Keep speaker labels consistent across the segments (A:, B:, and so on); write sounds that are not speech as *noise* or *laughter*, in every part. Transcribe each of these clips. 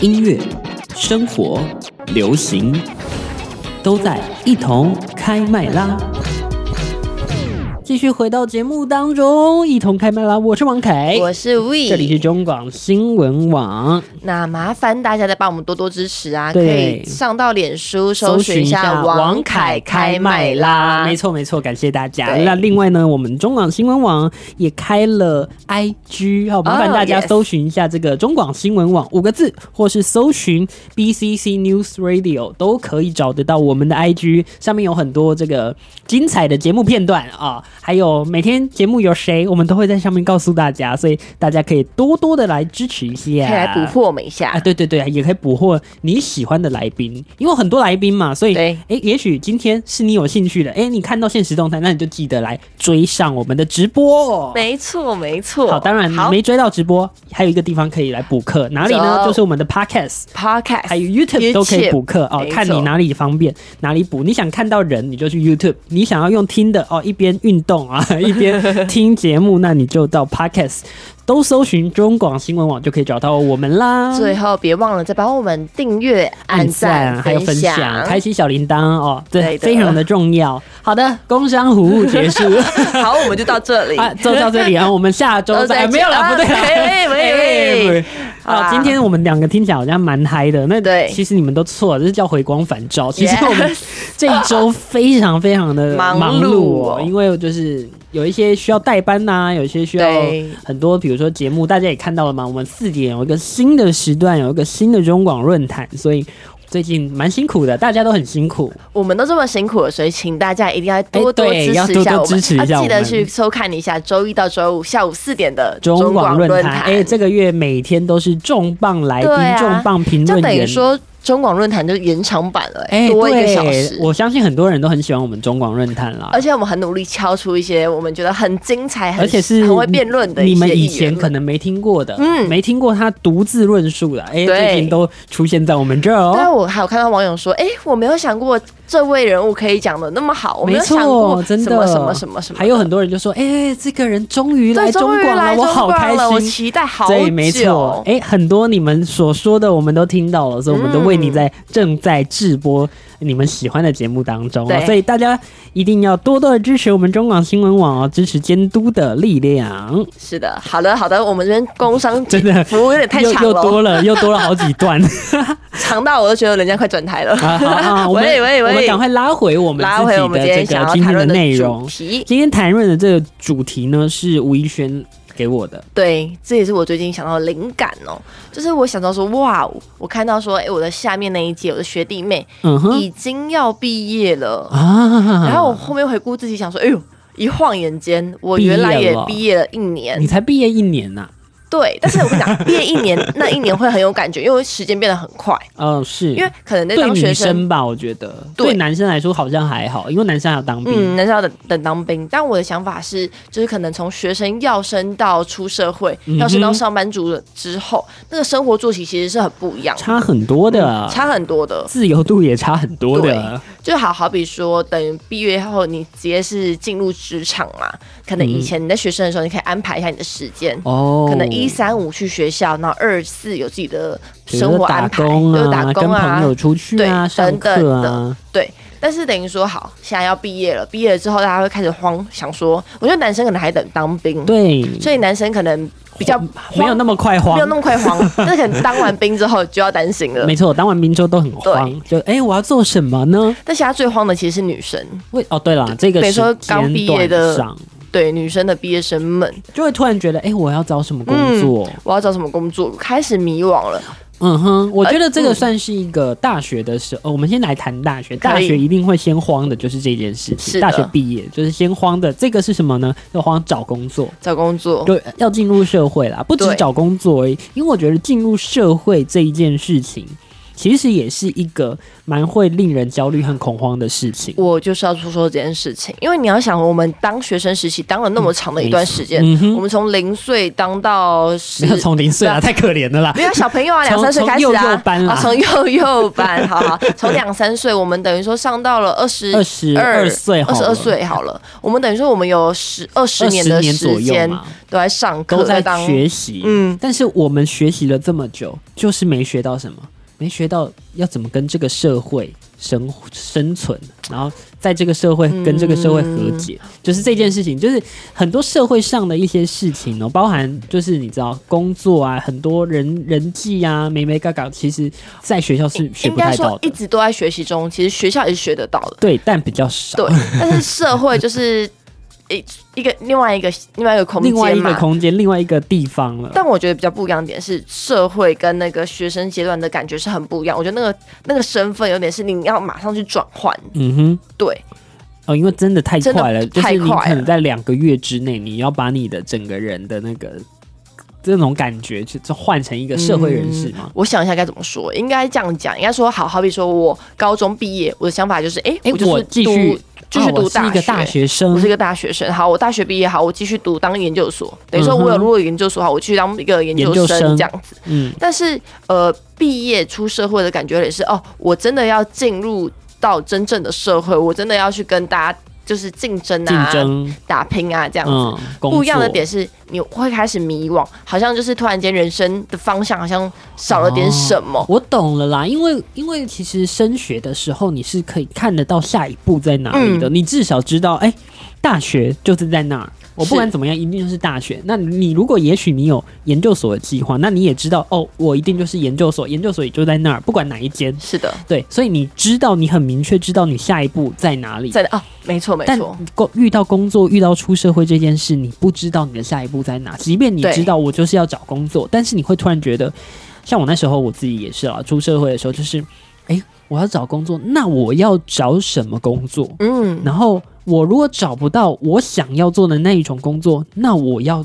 A: 音乐、生活、流行，都在一同开麦啦！继续回到节目当中，一同开麦啦！我是王凯，
B: 我是 We，
A: 哎这里是中广新闻网，
B: 那麻烦大家再帮我们多多支持啊！可
A: 对
B: 以上到脸书
A: 搜
B: 搜寻一下王凯开麦啦，
A: 没错没错，感谢大家。
B: 对
A: 那另外呢，我们中广新闻网也开了 IG，好，麻烦
B: 哦
A: 大家
B: yes
A: 搜寻一下这个中广新闻网五个字，或是搜寻 BCC News Radio 都可以找得到我们的 IG，上面有很多这个精彩的节目片段啊，还有每天节目有谁，我们都会在上面告诉大家，所以大家可以多多的来支持一下，
B: 可以来捕获我们一
A: 啊，
B: 下。
A: 对对对，也可以捕获你喜欢的来宾，因为很多来宾嘛，所以
B: 对
A: 诶，也许今天是你有兴趣的，诶，你看到现实动态，那你就记得来追上我们的直播哦。
B: 没错，没错。
A: 好，当然
B: 好
A: 没追到直播，还有一个地方可以来补课，哪里呢？
B: 走
A: 就是我们的 podcast。
B: podcast
A: 还有 YouTube 都可以补课哦，
B: 没错
A: 看你哪里方便哪里补。你想看到人，你就去 YouTube；你想要用听的哦，一边运动
B: *laughs*
A: 啊一边听节目，那你就到 Podcast，都搜寻中广新闻网就可以找到我们啦。
B: 最后别忘了再帮我们订阅、按赞、
A: 还有分享，开启小铃铛哦，对，
B: 对的
A: 非常的重要。好的，工商服务结
B: *laughs*
A: 束 *laughs*
B: 好，我们就到这里。
A: 啊，就到这里啊，我们下周
B: 都
A: 再
B: 再
A: 哎
B: 见
A: 没有了，
B: 啊
A: 不对啦，
B: 喂喂喂
A: 喂
B: 好
A: 好，
B: 啦
A: 今天我们两个听起来好像蛮嗨的，那
B: 对
A: 其实你们都错了，这是叫回光返照。其实
B: Yes
A: 我们这一周非常非常的
B: *laughs* 忙
A: 忙
B: 碌
A: 哦
B: 哦，
A: 因为就是有一些需要代班呐，有一些需要
B: 对
A: 很多，比如说节目，大家也看到了嘛，我们四点有一个新的时段，有一个新的中广论坛，所以。最近蛮辛苦的，大家都很辛苦。
B: *laughs* 我们都这么辛苦了，所以请大家一定要多多
A: 哎对
B: 支持一
A: 要
B: 下
A: 多多
B: 我
A: 支
B: 们，
A: 持一下
B: 啊记
A: 我
B: 得
A: 们
B: 去收看一下周一到周五下午四点的
A: 中广
B: 广
A: 论
B: 论
A: 坛，哎、这个月每天都是重磅来宾、
B: 对啊
A: 重磅评
B: 就
A: 论
B: 等于
A: 员。
B: 说中广论坛就延长版了、
A: 哎、
B: 多一个
A: 对
B: 小时。
A: 我相信很多人都很喜欢我们中广论坛啦
B: 而。且我们很努力敲出一些我们觉得很精彩、很
A: 而且是
B: 很会辩论的一些
A: 你们以
B: 议员
A: 前可能没听过的，
B: 嗯
A: 没听过他独自论述的，哎、
B: 对
A: 最近都出现在我们这儿
B: 对啊，
A: 哦。
B: 我还有看到网友说，哎、我没有想过这位人物可以讲的那么好，我没
A: 没
B: 有想
A: 错，
B: 过
A: 真
B: 什
A: 的
B: 么什么什么什么的，
A: 还有很多人就说，哎、这个人终于来
B: 对，
A: 中
B: 终于
A: 广
B: 来
A: 我
B: 中
A: 好开
B: 广了，我
A: 心。
B: 期待好久。
A: 对，没错，哎、很多你们所说的我们都听到了，所以我们都为你在、正在直播你们喜欢的节目当中、哦，
B: 对
A: 所以大家一定要多多的支持我们中广新闻网哦，支持监督的力
B: *laughs*
A: 量，
B: 是的，好的好的，我们这边工商
A: *laughs* 真的
B: 服务有点太
A: 又
B: 长
A: *laughs* 又
B: 了哦，
A: 多
B: *laughs*
A: 了又多了好几段，
B: 长到我都觉得人家快转台了。
A: 啊好啊，我们
B: 喂喂喂
A: 我们赶快拉回我们
B: 拉回我们
A: 自
B: 今
A: 己的
B: 天
A: 这
B: 想
A: 个
B: 要
A: 今
B: 谈
A: 天的
B: 论
A: 内
B: 主
A: 容。
B: 题，
A: 今天谈论的这个主题呢，是吴一轩给我的。
B: 对，这也是我最近想到的灵感哦，就是我想到说，哇，我看到说，哎，我的下面那一届，我的学弟妹
A: 嗯哼
B: 已经要毕业了，
A: 啊，
B: 然后我后面回顾自己，想说，哎呦，一晃眼间，我原来也毕业了一年
A: 你，才毕业一年啊呐、
B: 对，但是我跟
A: *laughs*
B: 你讲，毕业一年那一年会很有感觉，因为时间变得很快，
A: 哦，是，
B: 因为可能在
A: 对
B: 当学
A: 女
B: 生。
A: 生吧，我觉得
B: 对
A: 对男生来说好像还好，因为男生还要当兵。
B: 嗯，那是要等等当兵。但我的想法是，就是可能从学生要升到出社会，
A: 嗯
B: 要升到上班族了之后，那个生活作息其实是很不一样的。
A: 差很多的，
B: 嗯差很多的，
A: 自由度也差很多的。
B: 就好好比说，等毕业后你直接是进入职场嘛，可能以前你在学生的时候，你可以安排一下你的时间。
A: 嗯哦，
B: 可能一三五去学校，然后二四有自己的
A: 比如
B: 生
A: 说
B: 活安
A: 打
B: 排，
A: 工
B: 就
A: 啊，
B: 是打
A: 跟
B: 工啊
A: 朋友，出去啊，
B: 对
A: 上
B: 等等
A: 课啊
B: 的，对。但是等于说，好，现在要毕业了，毕业了之后大家会开始慌，想说，我觉得男生可能还等当兵，
A: 对，哦
B: 所以男生可能比较
A: 没有那么快慌
B: 没有。那么快
A: *laughs*
B: 慌，但是可能当完兵之后就要担心了
A: 没。错，当完兵之后都很慌，就哎、我要做什么呢？
B: 但现在最慌的其实是女生，
A: 为哦，对了，这个
B: 等于
A: 时
B: 说刚
A: 间
B: 毕业的
A: 段上，
B: 对女生的毕业生们，
A: 就会突然觉得，哎、我要找什么工作？
B: 我要找什么工作，开始迷惘了。
A: 嗯哼，我觉得这个
B: 嗯
A: 算是一个大学的时候，呃我们先来谈大学。大
B: 可以
A: 学一定会先慌的，就是这件事情。
B: 是的
A: 大学毕业就是先慌的，这个是什么呢？要慌找工作，
B: 找工作，
A: 对，要进入社会啦，不止
B: 哦对
A: 找工作而已。因为我觉得进入社会这一件事情，其实也是一个蛮会令人焦虑和恐慌的事情。
B: 我就是要说说这件事情，因为你要想，我们当学生时期当了那么长的一段时间，
A: 嗯哼
B: 我们从零岁当到十
A: 没有，从零岁啊，太可怜了啦
B: 没。有小朋友啊，
A: 从
B: 两三岁开始
A: 从
B: 啊，
A: 幼幼班啦
B: 啊，从幼幼班， *laughs* 好好，从两三岁，我们等于说上到了二十
A: 二十二岁好
B: 二
A: 了，
B: 十二岁好了，我们等于说我们有十二十
A: 二
B: 年
A: 十
B: 的
A: 年左右
B: 时间
A: 嘛，
B: 都在上课，
A: 都在
B: 当
A: 学习。
B: 嗯
A: 但是我们学习了这么久，就是没学到什么，没学到要怎么跟这个社会生生存，然后在这个社会跟这个社会和解，
B: 嗯
A: 就是这件事情，就是很多社会上的一些事情哦，包含就是你知道工作啊，很多人人际啊，眉眉嘎嘎，其实在学校是学
B: 应
A: 不太
B: 该说
A: 到
B: 一
A: 的。
B: 直都在学习中，其实学校也是学得到的，
A: 对，但比较少。 *laughs*
B: 对，但是社会就是一一个另外一个另外一个空间
A: 另
B: 嘛，
A: 外一个空间，另外一个地方了。
B: 但我觉得比较不一样的点是，社会跟那个学生阶段的感觉是很不一样。我觉得那个那个身份有点是你要马上去转换，
A: 嗯哼。
B: 对，
A: 哦，因为真的太
B: 真的
A: 快了，就是
B: 太
A: 你
B: 快
A: 可能
B: 了
A: 在两个月之内，你要把你的整个人的那个这种感觉，就就换成一个社会人士嘛。
B: 我想一下该怎么说，应该这样讲，应该说好好比说我高中毕业，我的想法就是，哎、
A: 诶
B: 我就
A: 我
B: 是
A: 继
B: 读
A: 续嗯
B: 继续
A: 啊我
B: 读
A: 是一
B: 大
A: 个
B: 学。
A: 大学
B: 我
A: 生
B: 是一个大学生，好，我大学毕业，好，我继续读当研究所，等于说
A: 嗯哼
B: 我有如果有研究所，好，我去当一个研
A: 研
B: 究
A: 究
B: 生
A: 生
B: 这样子。
A: 嗯，
B: 但是呃，毕业出社会的感觉也是哦，我真的要进入到真正的社会，我真的要去跟大家就是竞争
A: 竞
B: 啊、
A: 争，
B: 打拼啊这样子。
A: 嗯，工
B: 不一样的
A: 作
B: 点是，你会开始迷惘，好像就是突然间人生的方向好像少了点什么。
A: 我懂了啦，因为因为其实升学的时候，你是可以看得到下一步在哪里的，你至少知道，哎、大学就是在那儿。我不
B: 是
A: 管怎么样，一定就是大学。那你如果也许你有研究所的计划，那你也知道哦，我一定就是研究所，研究所也就在那儿，不管哪一间。
B: 是的，
A: 对，所以你知道，你很明确知道你下一步在哪里。
B: 在啊，没错没
A: 但
B: 错，
A: 工遇到工作、遇到出社会这件事，你不知道你的下一步在哪。即便你
B: 对
A: 知道我就是要找工作，但是你会突然觉得，像我那时候我自己也是啊，出社会的时候就是，诶，我要找工作，那我要找什么工作？
B: 嗯，
A: 然后我如果找不到我想要做的那一种工作，那我要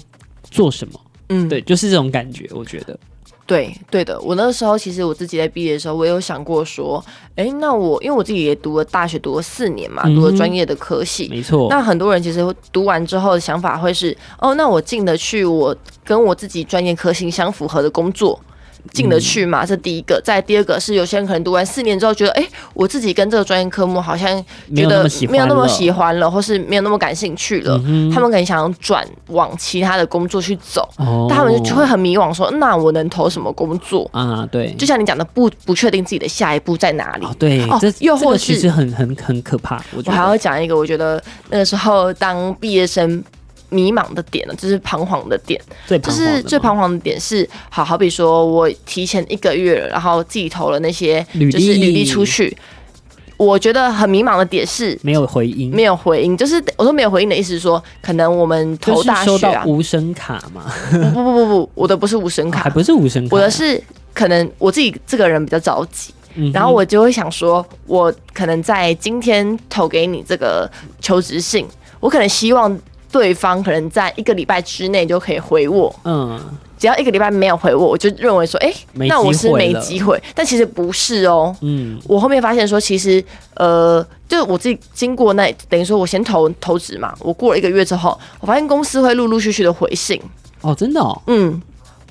A: 做什么？
B: 嗯，
A: 对，就是这种感觉，我觉得。
B: 对对的，我那时候其实我自己在毕业的时候，我也有想过说，哎，那我因为我自己也读了大学，读了四年嘛，
A: 嗯哼
B: 读了专业的科系。
A: 没错，
B: 那很多人其实读完之后的想法会是，哦，那我进得去我跟我自己专业科系相符合的工作。进得去
A: 嗯
B: 嘛？这第一个，再来第二个是有些人可能读完四年之后觉得，哎、我自己跟这个专业科目好像
A: 没
B: 觉
A: 有那
B: 得
A: 么喜欢
B: 没有那么
A: 了嗯
B: 喜欢了，或是没有那么感兴趣了，他们可能想要转往其他的工作去走。
A: 哦
B: 但他们就会很迷惘说，那我能投什么工作？
A: 啊，对，
B: 就像你讲的，不不确定自己的下一步在哪里
A: 哦，。对，
B: 哦
A: 这
B: 又
A: 这个
B: 或
A: 其
B: 是
A: 实很很很可怕，我觉得
B: 我还要讲一个，我觉得那个时候当毕业生迷茫的点呢，就是彷徨的点，
A: 最
B: 就
A: 彷徨
B: 是
A: 的
B: 最
A: 嘛
B: 彷徨的点是，好好比说我提前一个月了，然后自己投了那些
A: 履
B: 就是履
A: 历
B: 历出去，我觉得很迷茫的点是。
A: 没有回音，
B: 没有回应，就是我说没有回应的意思是说，可能我们
A: 就
B: 投
A: 是
B: 大
A: 收
B: 学
A: 到
B: 啊，
A: 无声卡嘛，
B: 不不不不不，我的不是无声
A: 哦
B: 卡
A: 还，不是无声卡，
B: 我的是可能我自己这个人比较着急，
A: 嗯哼，
B: 然后我就会想说，我可能在今天投给你这个求职信，我可能希望对方可能在一个礼拜之内就可以回我。
A: 嗯，
B: 只要一个礼拜没有回我，我就认为说，哎、
A: 没
B: 那我
A: 机
B: 是
A: 会
B: 没
A: 了
B: 机会。但其实不是哦。
A: 嗯
B: 我后面发现说，其实呃，就是我自己经过那，等于说我先投投职嘛，我过了一个月之后，我发现公司会陆陆续续的回信，
A: 哦，真的哦，
B: 嗯。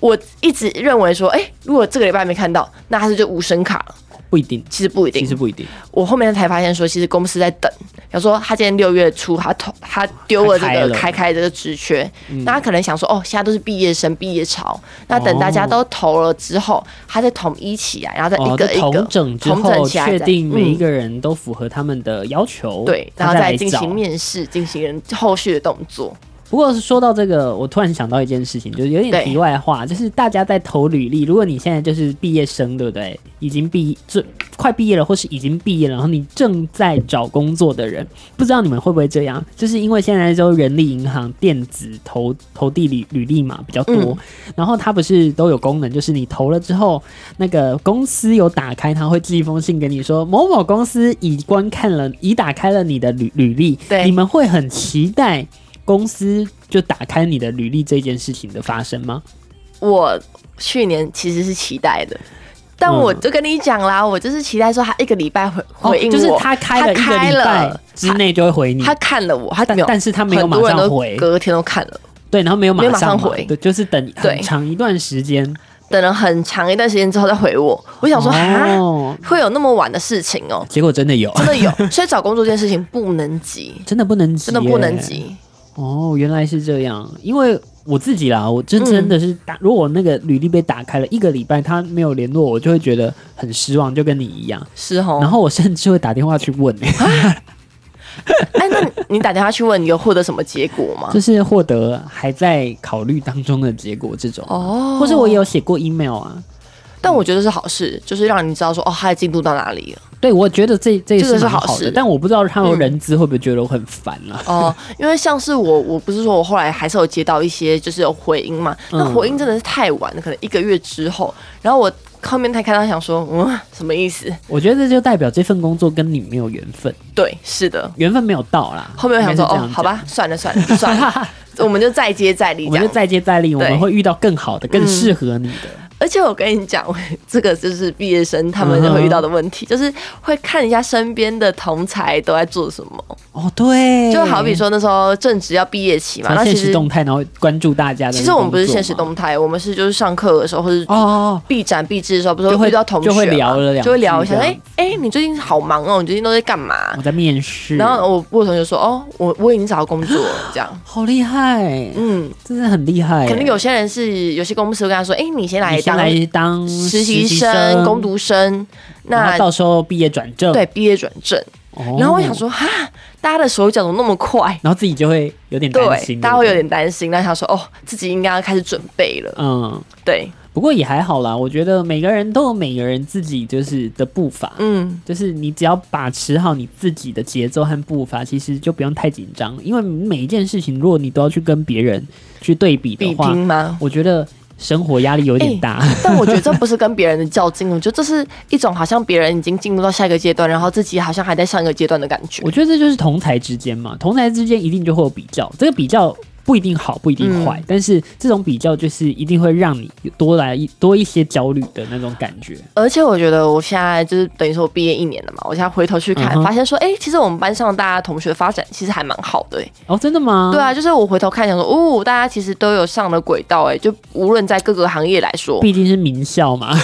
B: 我一直认为说，哎、如果这个礼拜没看到，那他是就无声卡了。
A: 不一定，
B: 其实不一定
A: 其，实不一定，
B: 我后面才发现说，其实公司在等，想说他今天六月初他投他丢了
A: 开
B: 这
A: 开
B: 个
A: 了嗯
B: 开开这个职缺，那他可能想说哦，现在都是毕业生毕业潮，那等大家都投了之后，他再统一起来，然后再
A: 哦，
B: 一个
A: 在
B: 一个、
A: 同整之
B: 同整
A: 后
B: 起来
A: 确
B: 再
A: 定每一
B: 嗯
A: 个人都符合他们的要求，
B: 对，
A: 他
B: 然后
A: 来
B: 再进
A: 找
B: 行面试，进行后续的动作。
A: 不过说到这个，我突然想到一件事情，就是有点
B: 对
A: 题外话，就是大家在投履历，如果你现在就是毕业生，对不对？已经毕这快毕业了，或是已经毕业了，然后你正在找工作的人，不知道你们会不会这样？就是因为现在都人力银行电子投投递履履历嘛比较多，
B: 嗯
A: 然后它不是都有功能，就是你投了之后，那个公司有打开，它会寄一封信给你说，某某公司已观看了，已打开了你的履履历，
B: 对
A: 你们会很期待公司就打开你的履历这件事情的发生吗？
B: 我去年其实是期待的，但我
A: 嗯
B: 就跟你讲啦，我就是期待说他一个礼拜回回应
A: 哦
B: 我，
A: 就是他开了一个礼拜之内就会回你，
B: 他看了我，他
A: 嗯但
B: 没有，
A: 但是他没有
B: 很
A: 马
B: 多人
A: 上
B: 都
A: 回，
B: 隔天都看了，
A: 对，然后没有
B: 没有马
A: 上
B: 上
A: 嘛
B: 回
A: 对，就是等
B: 对
A: 很长一段时间。
B: 等了很长一段时间之后再回我。我想说，哈，
A: 哦，
B: 会有那么晚的事情哦、
A: 结果真的有， *laughs*
B: 真的有。 *laughs* 所以找工作这件事情不能急，
A: 真的不能急，
B: 真的不能。急。
A: 哦，原来是这样，因为我自己啦，我真
B: 嗯
A: 真的是打，如果那个履历被打开了一个礼拜，他没有联络我，就会觉得很失望，就跟你一样。
B: 是哦
A: 然。后我甚至会打电话去
B: *laughs*
A: 问、
B: 啊哎，那你打电话去问，你有获得什么结果吗
A: 就？是获得还在考虑当中的结果这种，
B: 哦
A: 或是我也有写过 email 啊。
B: 但我觉得是好事，就是让你知道说，哦，他的进度到哪里了。
A: 对，我觉得这这也
B: 这个是
A: 蛮
B: 好
A: 好的，
B: 事
A: 但我不知道他们
B: 嗯
A: 人资会不会觉得我很烦啊。
B: 哦，因为像是我，我不是说我后来还是有接到一些就是有回音嘛，那
A: 嗯
B: 回音真的是太晚了，可能一个月之后，然后我后面才看到想说，嗯，什么意思？
A: 我觉得这就代表这份工作跟你没有缘分，
B: 对，是的。
A: 缘分没有到啦。
B: 后面我想说，
A: 应该是这
B: 哦
A: 样，
B: 好吧，算了算了 *laughs* 算了，我们就再接再厉
A: *laughs* 讲，我们
B: 这样
A: 就。再接再厉，我们
B: 对
A: 会遇到更好的、更
B: 嗯
A: 适合你的。
B: 而且我跟你讲， *laughs* 我这个就是毕业生他们
A: 嗯哼
B: 会遇到的问题，就是会看一下身边的同才都在做什么。
A: 哦，对，
B: 就好比说那时候正值要毕业期嘛，
A: 传
B: 那
A: 现
B: 其
A: 实
B: 实
A: 动态，然后关注大家的。
B: 其实我们不是现实动态，我们是就是上课的时候或是
A: 哦哦，
B: 毕展毕制的时候，不
A: 就会
B: 是遇到同学
A: 就
B: 嘛
A: 会聊了两句
B: 就会聊一下，
A: 这样
B: 哎哎，你最近好忙哦，你最近都在干嘛
A: 哦我？在面试，
B: 然后我我同学说，哦，我我已经找到工作了，这样，
A: 好厉害，
B: 嗯。
A: 真的很厉害。
B: 可能有些人是有些公司会跟他说：“哎、你先来
A: 哎你先
B: 当
A: 来当
B: 实
A: 习
B: 习生、工，读生。
A: 然后
B: 那”
A: 到时候毕业转正，
B: 对，毕业转正。
A: 哦
B: 然后我想，说，哈，大家的手脚怎么那么快？
A: 然后自己就会有点担
B: 对，
A: 心，
B: 大家会有
A: 对
B: 点担心。那想说，哦，自己应该要开始准备
A: 不
B: 了。
A: 对嗯。
B: 对，
A: 不过也还好啦，我觉得每个人都有每个人自己就是的步伐，
B: 嗯，
A: 就是你只要把持好你自己的节奏和步伐，其实就不用太紧张，因为每一件事情如果你都要去跟别人去对比的
B: 比
A: 话
B: 拼，哎吗？
A: 我觉得生活压力有点大。
B: 但我觉得这不是跟别人的较劲，我觉得这是一种好像别人已经进入到下一个阶段，然后自己好像还在上一个阶段的感觉
A: 我。觉得这就是同才之间嘛，同才之间一定就会有比较，这个比较不一定好，不一定
B: 嗯
A: 坏，但是这种比较就是一定会让你多来一多一些焦虑的那种感觉。
B: 而且我觉得我现在就是等于说我毕业一年了嘛，我现在回头去看，
A: 嗯哼
B: 发现说，哎、其实我们班上大家同学发展其实还蛮好的、诶
A: 哦，真的吗？
B: 对啊，就是我回头看，想说，哦，大家其实都有上了轨道、哎，就无论在各个行业来说，
A: *laughs* 毕竟是名校嘛，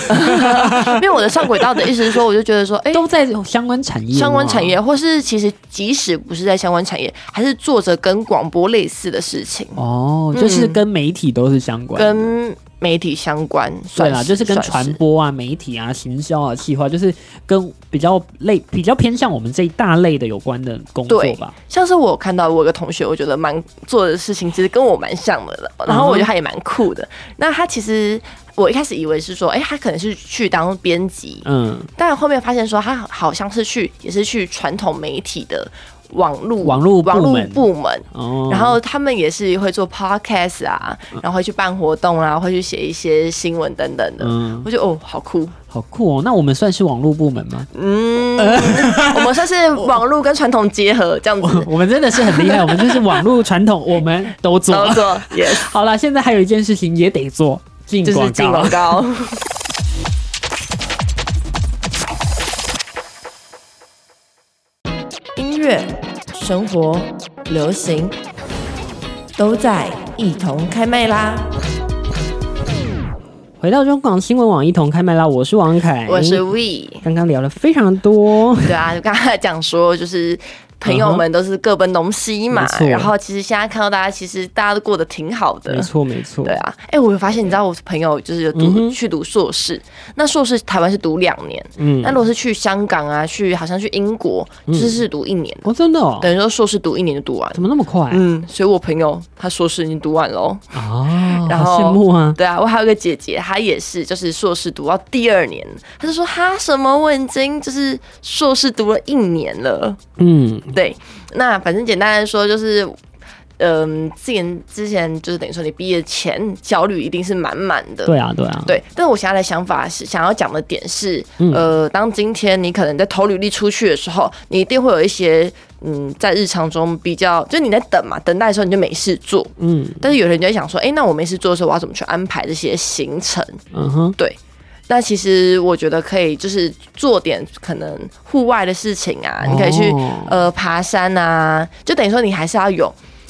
B: 因为我的上轨道的意思是说，我就觉得说，哎、
A: *laughs* 都在相关产业嘛，
B: 相关产业，或是其实即使不是在相关产业，还是做着跟广播类似的事情，
A: 哦，就是
B: 嗯
A: 跟媒体都是相关的。
B: 跟媒体相关，
A: 啊对
B: 算
A: 啦，就是跟
B: 算
A: 传播啊、媒体啊、行销啊、企划，就是跟比较类、比较偏向我们这一大类的有关的工作
B: 对
A: 吧。
B: 像是我有看到我有个同学，我觉得蛮做的事情其实跟我蛮像的了，
A: 嗯
B: 然后我觉得他也蛮酷的。那他其实我一开始以为是说，哎、他可能是去当编辑，
A: 嗯，
B: 但后面发现说他好像是去也是去传统媒体的网络
A: 网络部
B: 网络
A: 门
B: 部门，
A: 哦，
B: 然后他们也是会做 podcast 啊，
A: 嗯
B: 然后会去办活动啊，会去写一些新闻等等的。
A: 嗯，
B: 我觉得哦，好酷，
A: 好酷哦。那我们算是网络部门吗？，
B: 嗯，我们算是网络跟传统结合这样子
A: *laughs* 我们真的是很厉害，我们就是网络传统，我们都做。
B: 然后做 yes，
A: 好了，现在还有一件事情也得做，进
B: 就
A: 广
B: 是进
A: 告
B: 广。告。 *laughs* 音乐、生活、流行，都在一同开麦啦！
A: 回到中广新闻网一同开麦啦，我是王凯，
B: 我是 We，
A: 刚刚聊了非常多，
B: 对啊，就刚才讲说就是。朋友们都是各奔东西
A: 嗯
B: 嘛
A: 没错
B: 然后其实现在看到大家，其实大家都过得挺好的
A: 没，错没错，
B: 对啊。哎、我有发现，你知道我朋友就是有读、
A: 嗯哼
B: 去读硕士，那硕士台湾是读两年，
A: 嗯
B: 那，如果是去香港啊，去好像去英国，就是是读一年，
A: 哦，真的哦，
B: 等于说硕士读一年就读完。
A: 怎么那么快
B: 嗯，所以我朋友他硕士已经读完喽。
A: 啊？
B: 然
A: 好
B: 后
A: 羡慕啊！
B: 对啊，我还有一个姐姐，她也是，就是硕士读到第二年，她就说她什么我已经就是硕士读了一年了。
A: 嗯，
B: 对，那反正简单来说就是。嗯，之前之前就是等于说你毕业前焦虑一定是满满的，
A: 对啊，对啊，
B: 对，但我现在的想法是，想要讲的点是，
A: 嗯
B: 呃，当今天你可能在投履历出去的时候，你一定会有一些，嗯，在日常中比较，就你在等嘛，等待的时候你就没事做，
A: 嗯
B: 但是有人就会想说，哎、那我没事做的时候，我要怎么去安排这些行程？
A: 嗯哼，
B: 那其实我觉得可以，就是做点可能户外的事情啊，你可以去
A: 哦
B: 呃爬山啊，就等于说你还是要有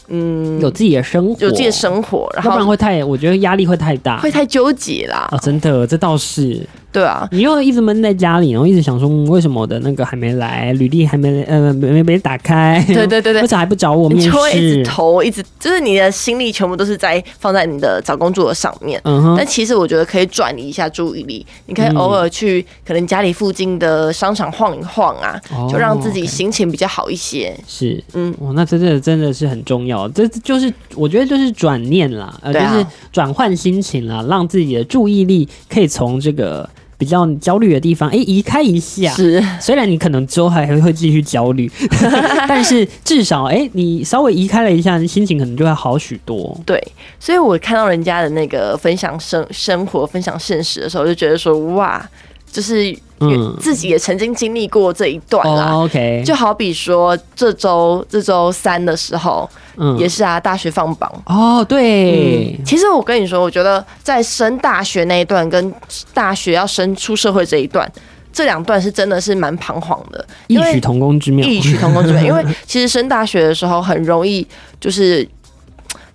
B: 嗯
A: 有自己的生活，
B: 有自己的生活，然
A: 要不然
B: 后
A: 会太，我觉得压力会太大。
B: 会太纠结啦，
A: 啊，真的，这倒是，
B: 对啊，
A: 你又一直闷在家里，然后一直想说，嗯为什么我的那个还没来，履历还没，呃，没没没打开，
B: 对对对对
A: 为啥还不找我
B: 你
A: 面
B: 就会一直
A: 试？
B: 投，一直就是你的心力全部都是在放在你的找工作的上面。
A: 嗯哼
B: 但，其实我觉得可以转移一下注意力，你可以偶尔去可能家里附近的商场晃一晃啊，
A: 哦
B: 就让自己
A: OK
B: 心情比较好一些。
A: 是，嗯
B: 嗯，
A: 哦，那真的真的是很重要，这这就是我觉得就是转念啦，呃，
B: 对啊
A: 就是转换心情啦，让自己的注意力可以从这个比较焦虑的地方，哎、移开一下。
B: 是，
A: 虽然你可能之后还会继续焦虑， *laughs* 但是至少哎、你稍微移开了一下，心情可能就会好许多。
B: 对，所以我看到人家的那个分享生生活、分享现实的时候，就觉得说哇，就是
A: 嗯
B: 自己也曾经经历过这一段啦。
A: 哦、，OK，
B: 就好比说这周这周三的时候、
A: 嗯
B: 也是嗯啊，大学放榜。
A: 哦，对，
B: 其实我跟你说，我觉得在升大学那一段跟大学要升出社会这一段，这两段是真的是蛮彷徨的，
A: 异
B: 因为
A: 曲同工之妙。
B: 异曲同工之妙。因为其实升大学的时候很容易就是。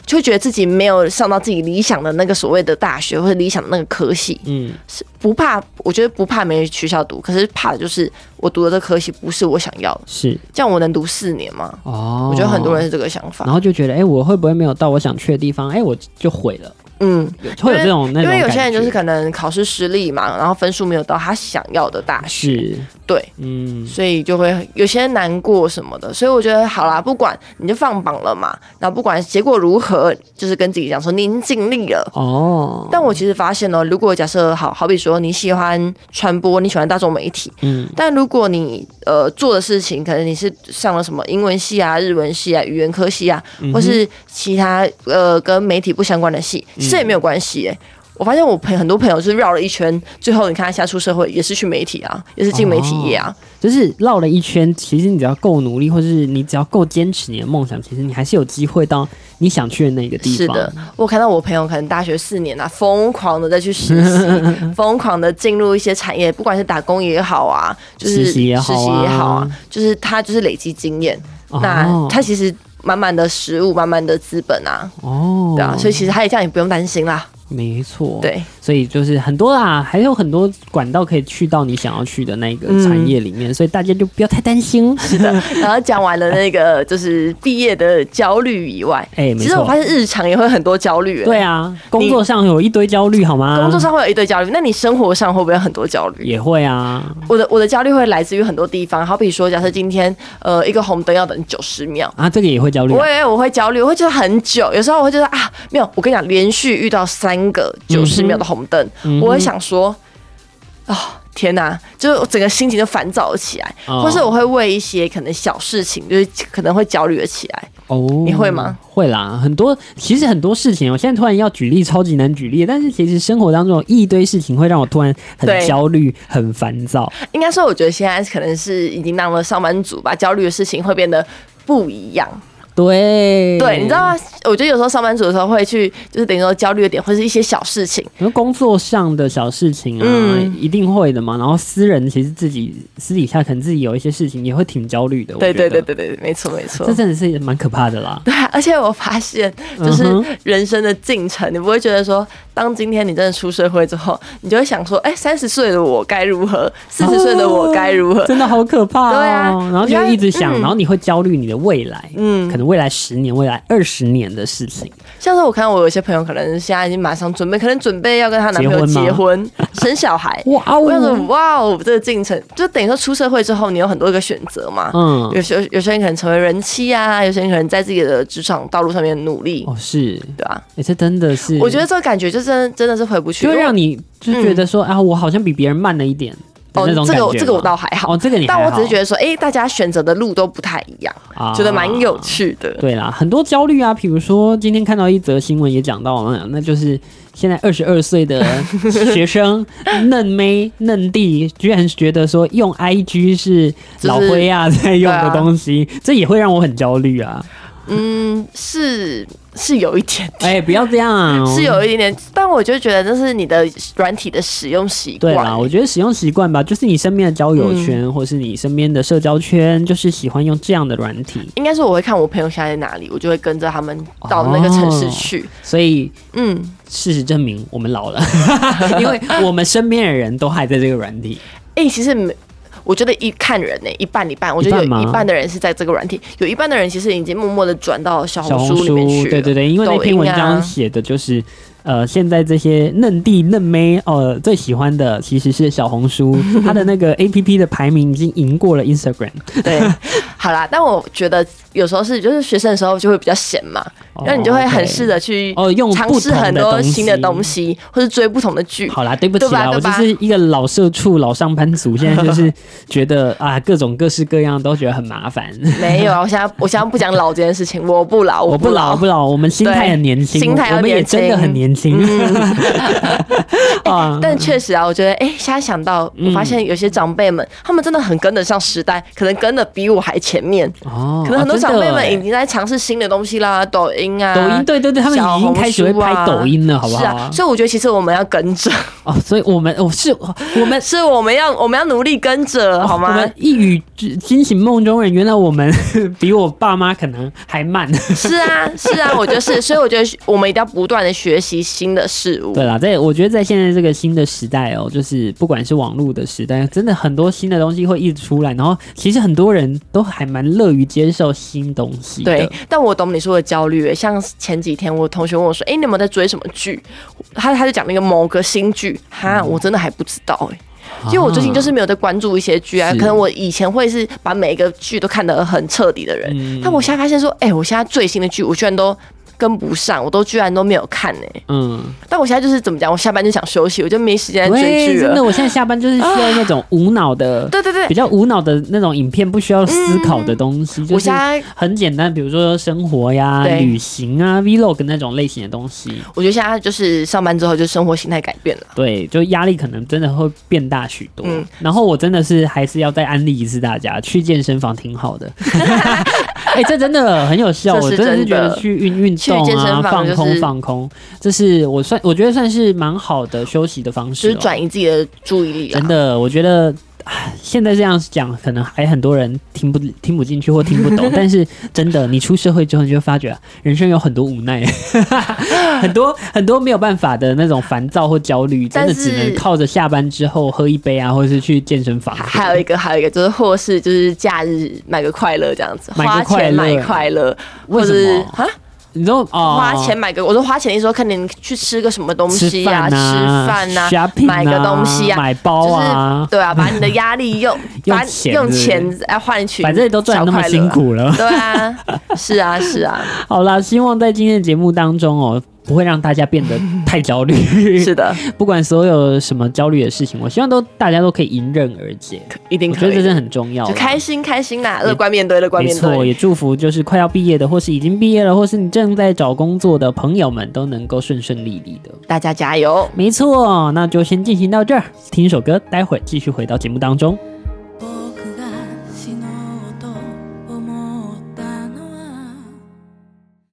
B: 就会觉得自己没有上到自己理想的那个所谓的大学或者理想的那个科系，
A: 嗯，
B: 是不怕，我觉得不怕没人取消读，可是怕的就是我读的这科系不是我想要的，
A: 是
B: 这样我能读四年吗？
A: 哦，
B: 我觉得很多人。是这个想法
A: 然，后就觉得，哎、我会不会没有到我想去的地方？哎、我就毁了，
B: 嗯，
A: 会有这种那种
B: 因为有
A: 感
B: 些人就
A: 觉
B: 是可能考试失利嘛，然后分数没有到他想要的大学，
A: 是，
B: 对，
A: 嗯，
B: 所以就会有些难过什么的。所以我觉得好啦，不管你就放榜了嘛，那不管结果如何，就是跟自己讲说您尽力了。
A: 哦，
B: 但我其实发现呢，如果假设好好比说你喜欢传播，你喜欢大众媒体，
A: 嗯，
B: 但如果你呃做的事情，可能你是上了什么英文系啊、日文系啊、语言科系啊，或是其他呃跟媒体不相关的系，其实也没有关系、欸。我发现我朋很多朋友是绕了一圈，最后你看他现在出社会也是去媒体啊，也是进媒体业啊，
A: 就是绕了一圈，其实你只要够努力，或是你只要够坚持你的梦想，其实你还是有机会到你想去的那个地
B: 是
A: 方。
B: 的，，我看到我朋友可能大学四年啊，疯狂的再去实习，
A: *laughs*
B: 疯狂的进入一些产业，不管是打工也好啊，就是
A: 实习也好啊
B: 实习也好啊就是他就是累积经验，
A: 哦
B: 那他其实满满的食物，满满的资本啊，
A: 哦，
B: 对啊，所以其实他也这样也不用担心啦，
A: 没错，，
B: 对，
A: 所以就是很多啦，还有很多管道可以去到你想要去的那个产业里面，
B: 嗯
A: 所以大家就不要太担
B: *laughs*
A: 心。是的，
B: 然后讲完了那个 *laughs* 就是毕业的焦虑以外，
A: 哎没错
B: 其实我发现日常也会很多焦虑、欸
A: 对，啊，工作上有一堆焦虑，好吗？
B: 工作上会有一堆焦虑，那你生活上会不会有很多焦虑？
A: 也会啊
B: 我的我的焦虑会来自于很多地方，好比说，假设今天呃一个红灯要等九十秒，
A: 啊，这个也会焦虑啊、
B: 我也我会焦虑，我会觉得很久，有时候我会觉得啊，没有，我跟你讲，连续遇到三个九十秒的红灯，我会想说，啊、天哪，就是我整个心情就烦躁起来，
A: 哦
B: 或是我会为一些可能小事情，就是可能会焦虑了起来。
A: 哦，
B: 你会吗？
A: 会啦，很多其实很多事情，我现在突然要举例，超级难举例。但是其实生活当中有一堆事情会让我突然很
B: 对
A: 焦虑、很烦躁。
B: 应该说，我觉得现在可能是已经让了上班族吧，焦虑的事情会变得不一样。
A: 对，
B: 对，你知道吗？我觉得有时候上班族的时候会去，就是等于说焦虑的点，或是一些小事情。
A: 因为工作上的小事情啊，
B: 嗯
A: 一定会的嘛。然后私人其实自己私底下可能自己有一些事情也会挺焦虑的。我
B: 对对
A: 觉得
B: 对，对对，没错没错
A: 这。真的是蛮可怕的啦。
B: 对 *laughs* 啊，而且我发现，就是
A: 嗯
B: 人生的进程，你不会觉得说，当今天你真的出社会之后，你就会想说，哎、3三十岁的我该如何？四十岁的我该如
A: *laughs*
B: 何？
A: 真的好可怕哦！
B: 对啊
A: 然后就会一直想，
B: 嗯
A: 然后你会焦虑你的未来，嗯，
B: 嗯
A: 可能未来十年、未来二十年的事情。
B: 像是我看到我有些朋友，可能现在已经马上准备，可能准备要跟她男朋友
A: 结婚吗
B: 结 *laughs* 婚、生小孩。
A: 哇
B: 我想说，
A: 哦，
B: 哇哦，这个进程就等于说出社会之后，你有很多个选择嘛。
A: 嗯，
B: 有些有些人可能成为人妻啊，有些人可能在自己的职场道路上面努力，
A: 哦是，
B: 对吧、
A: 哎、这真的是，
B: 我觉得这个感觉就真的真的是回不去，
A: 就会
B: 因为
A: 让你就觉得说、啊，我好像比别人慢了一点的
B: 嗯哦
A: 那种，
B: 这
A: 感觉
B: 个
A: 吗
B: 我这个我倒还好
A: 哦，，这个你还
B: 但
A: 好，
B: 我只是觉得说，哎、大家选择的路都不太一样，
A: 啊
B: 觉得蛮有。趣的。
A: 对啦，很多焦虑啊，比如说今天看到一则新闻也讲到了，那就是现在二十二岁的学
B: *laughs*
A: 生嫩妹嫩弟，居然觉得说用 IG 是
B: 就是
A: 老灰啊在用
B: 对
A: 的
B: 啊 *laughs*
A: 东西，这也会让我很焦虑啊。
B: 嗯，是是有一点点。
A: 哎、不要这样、啊，
B: 是有一点点，但我就觉得这是你的软体的使用习
A: 对
B: 惯。
A: 啦，我觉得使用习惯吧，就是你身边的交友圈，
B: 嗯
A: 或是你身边的社交圈，就是喜欢用这样的软体，
B: 应该是我会看我朋友现在在哪里，我就会跟着他们到那个城市去。
A: 所以
B: 嗯，
A: 事实证明我们老
B: *laughs*
A: 了，因为我们身边的人都还在这个软体。
B: 哎、其实没我觉得一看人呢、一半一半，我觉得
A: 一半
B: 有
A: 吗
B: 一半的人是在这个软体，有一半的人其实已经默默的转到小
A: 小
B: 红
A: 红
B: 啊书里
A: 书
B: 面去，了。
A: 对对对，因为那
B: 抖
A: 篇
B: 音
A: 文
B: 啊
A: 章写的就是，呃，现在这些嫩弟嫩妹，呃，最喜欢的其实是小红书，它的那个 A P P 的排名已经赢过了 Instagram。
B: *laughs* 对，好啦，但我觉得有时候是就是学生的时候就会比较闲嘛，
A: 哦
B: 那你就会很
A: OK
B: 试着去
A: 哦用
B: 尝
A: 不
B: 试
A: 同
B: 很
A: 的
B: 多
A: 东
B: 新的
A: 西
B: 东西，或是追不同的剧。
A: 好啦，对不起
B: 对吧
A: 啦，我
B: 对
A: 就
B: 吧
A: 是一个老社畜、老上班族，现在就是
B: *laughs*
A: 觉得啊，各种各式各样都觉得很麻烦。
B: 没有啊，我现在我现在不讲老这件事情，我不
A: *laughs*
B: 老，
A: 我不老，我不老，我们心态
B: 对
A: 很年轻，
B: 心态要
A: 我们也
B: 年
A: 真的
B: 轻嗯
A: 很年轻 *laughs* 啊。
B: *laughs* 但确实啊，我觉得，哎、现在想到，
A: 嗯
B: 我发现有些长辈们，他们真的很跟得上时代，可能跟的比我还前面，
A: 哦，
B: 可能很多
A: 啊真
B: 长
A: 的
B: 辈们
A: 欸
B: 已经在尝试新的东西啦，抖音啊，
A: 抖音，对对对，他们
B: 小
A: 已经
B: 红
A: 开始会
B: 书啊
A: 拍抖音了，好不
B: 是
A: 好
B: 啊，？所以我觉得其实我们要跟着，
A: 哦，所以我们我是我们
B: 是我们要我们要努力跟着，好
A: 我
B: 吗
A: 们？一语之惊醒梦中人，原来我们比我爸妈可能还
B: *laughs*
A: 慢。
B: 是啊，是啊，我觉得是，所以我觉得我们一定要不断的学习新的事物
A: 对。啦，在我觉得在现在这个新的时代哦，就是不管是网络的时代，真的很多新的东西会一直出来，然后其实很多人都还蛮乐于接受新东西的。
B: 对，但我懂你说的焦虑欸。像前几天我同学问我说：“哎、你有没有在追什么剧？”他他就讲那个某个新剧，哈，我真的还不知道哎、因为我最近就是没有在关注一些剧啊，
A: 啊是
B: 可能我以前会是把每一个剧都看得很彻底的人，
A: 嗯
B: 但我现在发现说，哎、我现在最新的剧我居然都跟不上，我都居然都没有看哎、
A: 嗯，
B: 但我现在就是怎么讲，我下班就想休息，我就没时间追
A: 喂，
B: 剧
A: 真
B: 了
A: 的，。我现在下班就是需要那种无脑的，
B: 对对对
A: 比，较无脑的那种影片，不需要思考的东西，就
B: 我
A: 是
B: 现在
A: 很简单，比如说生活呀、
B: 对
A: 旅行啊、vlog 那种类型的东西。
B: 我觉得现在就是上班之后就生活形态改变了。
A: 对，就压力可能真的会变大许多。
B: 嗯
A: 然后我真的是还是要再安利一次大家，去健身房挺好的。 *laughs* 哎、这真的很有效，
B: 这是
A: 我真的是觉
B: 真
A: 得
B: 的
A: 去运运动啊，
B: 去健身房
A: 放
B: 就是
A: 空放空，这是我算我觉得算是蛮好的休息的方
B: 就
A: 式、
B: 是
A: 哦。
B: 转移自己的注意力啊啦
A: 真。的，我觉得。唉现在这样讲，可能还很多人听不听不进去或听不
B: *laughs*
A: 懂，但是真的，你出社会之后，你就会发觉人生有很多无奈， *laughs* 很多很多没有办法的那种烦躁或焦虑，真的
B: 但是
A: 只能靠着下班之后喝一杯啊，或者是去健身房。
B: 还有一个，还有一个就是，或是就是假日买个快乐这样子，
A: 买个
B: 花
A: 快
B: 钱
A: 乐
B: 买快乐，
A: 为
B: 或
A: 什
B: 是
A: 么
B: 啊，
A: 你知道哦，
B: 花钱买个，我说花钱的时候，看你去吃个什么东
A: 吃
B: 西呀，
A: 饭
B: 吃
A: 啊，
B: 饭呐
A: shopping
B: 买个东西啊
A: 买包
B: 就是
A: 啊，
B: 对啊，把你的压力
A: *laughs*
B: 用
A: 用
B: 把
A: 钱
B: 用
A: 是不是
B: 钱来换取，
A: 反正都赚那么辛，苦了。
B: 对啊，是啊是
A: *laughs*
B: 啊，
A: 好啦，希望在今天的节目当中哦，不会让大家变得太焦虑。
B: *laughs* 是的，
A: 不管所有什么焦虑的事情，我希望都大家都可以迎刃而解。
B: 一定
A: 我觉
B: 可
A: 得这
B: 以
A: 真
B: 的，
A: 的很重要啦。
B: 就开心开心啦，
A: 也
B: 乐观面对，乐观
A: 没
B: 面
A: 错，
B: 对，
A: 也祝福就是快要毕业的，或是已经毕业了，或是你正在找工作的朋友们都能够顺顺利利的。
B: 大家加油。
A: 没错，那就先进行到这儿，听一首歌，待会儿继续回到节目当中。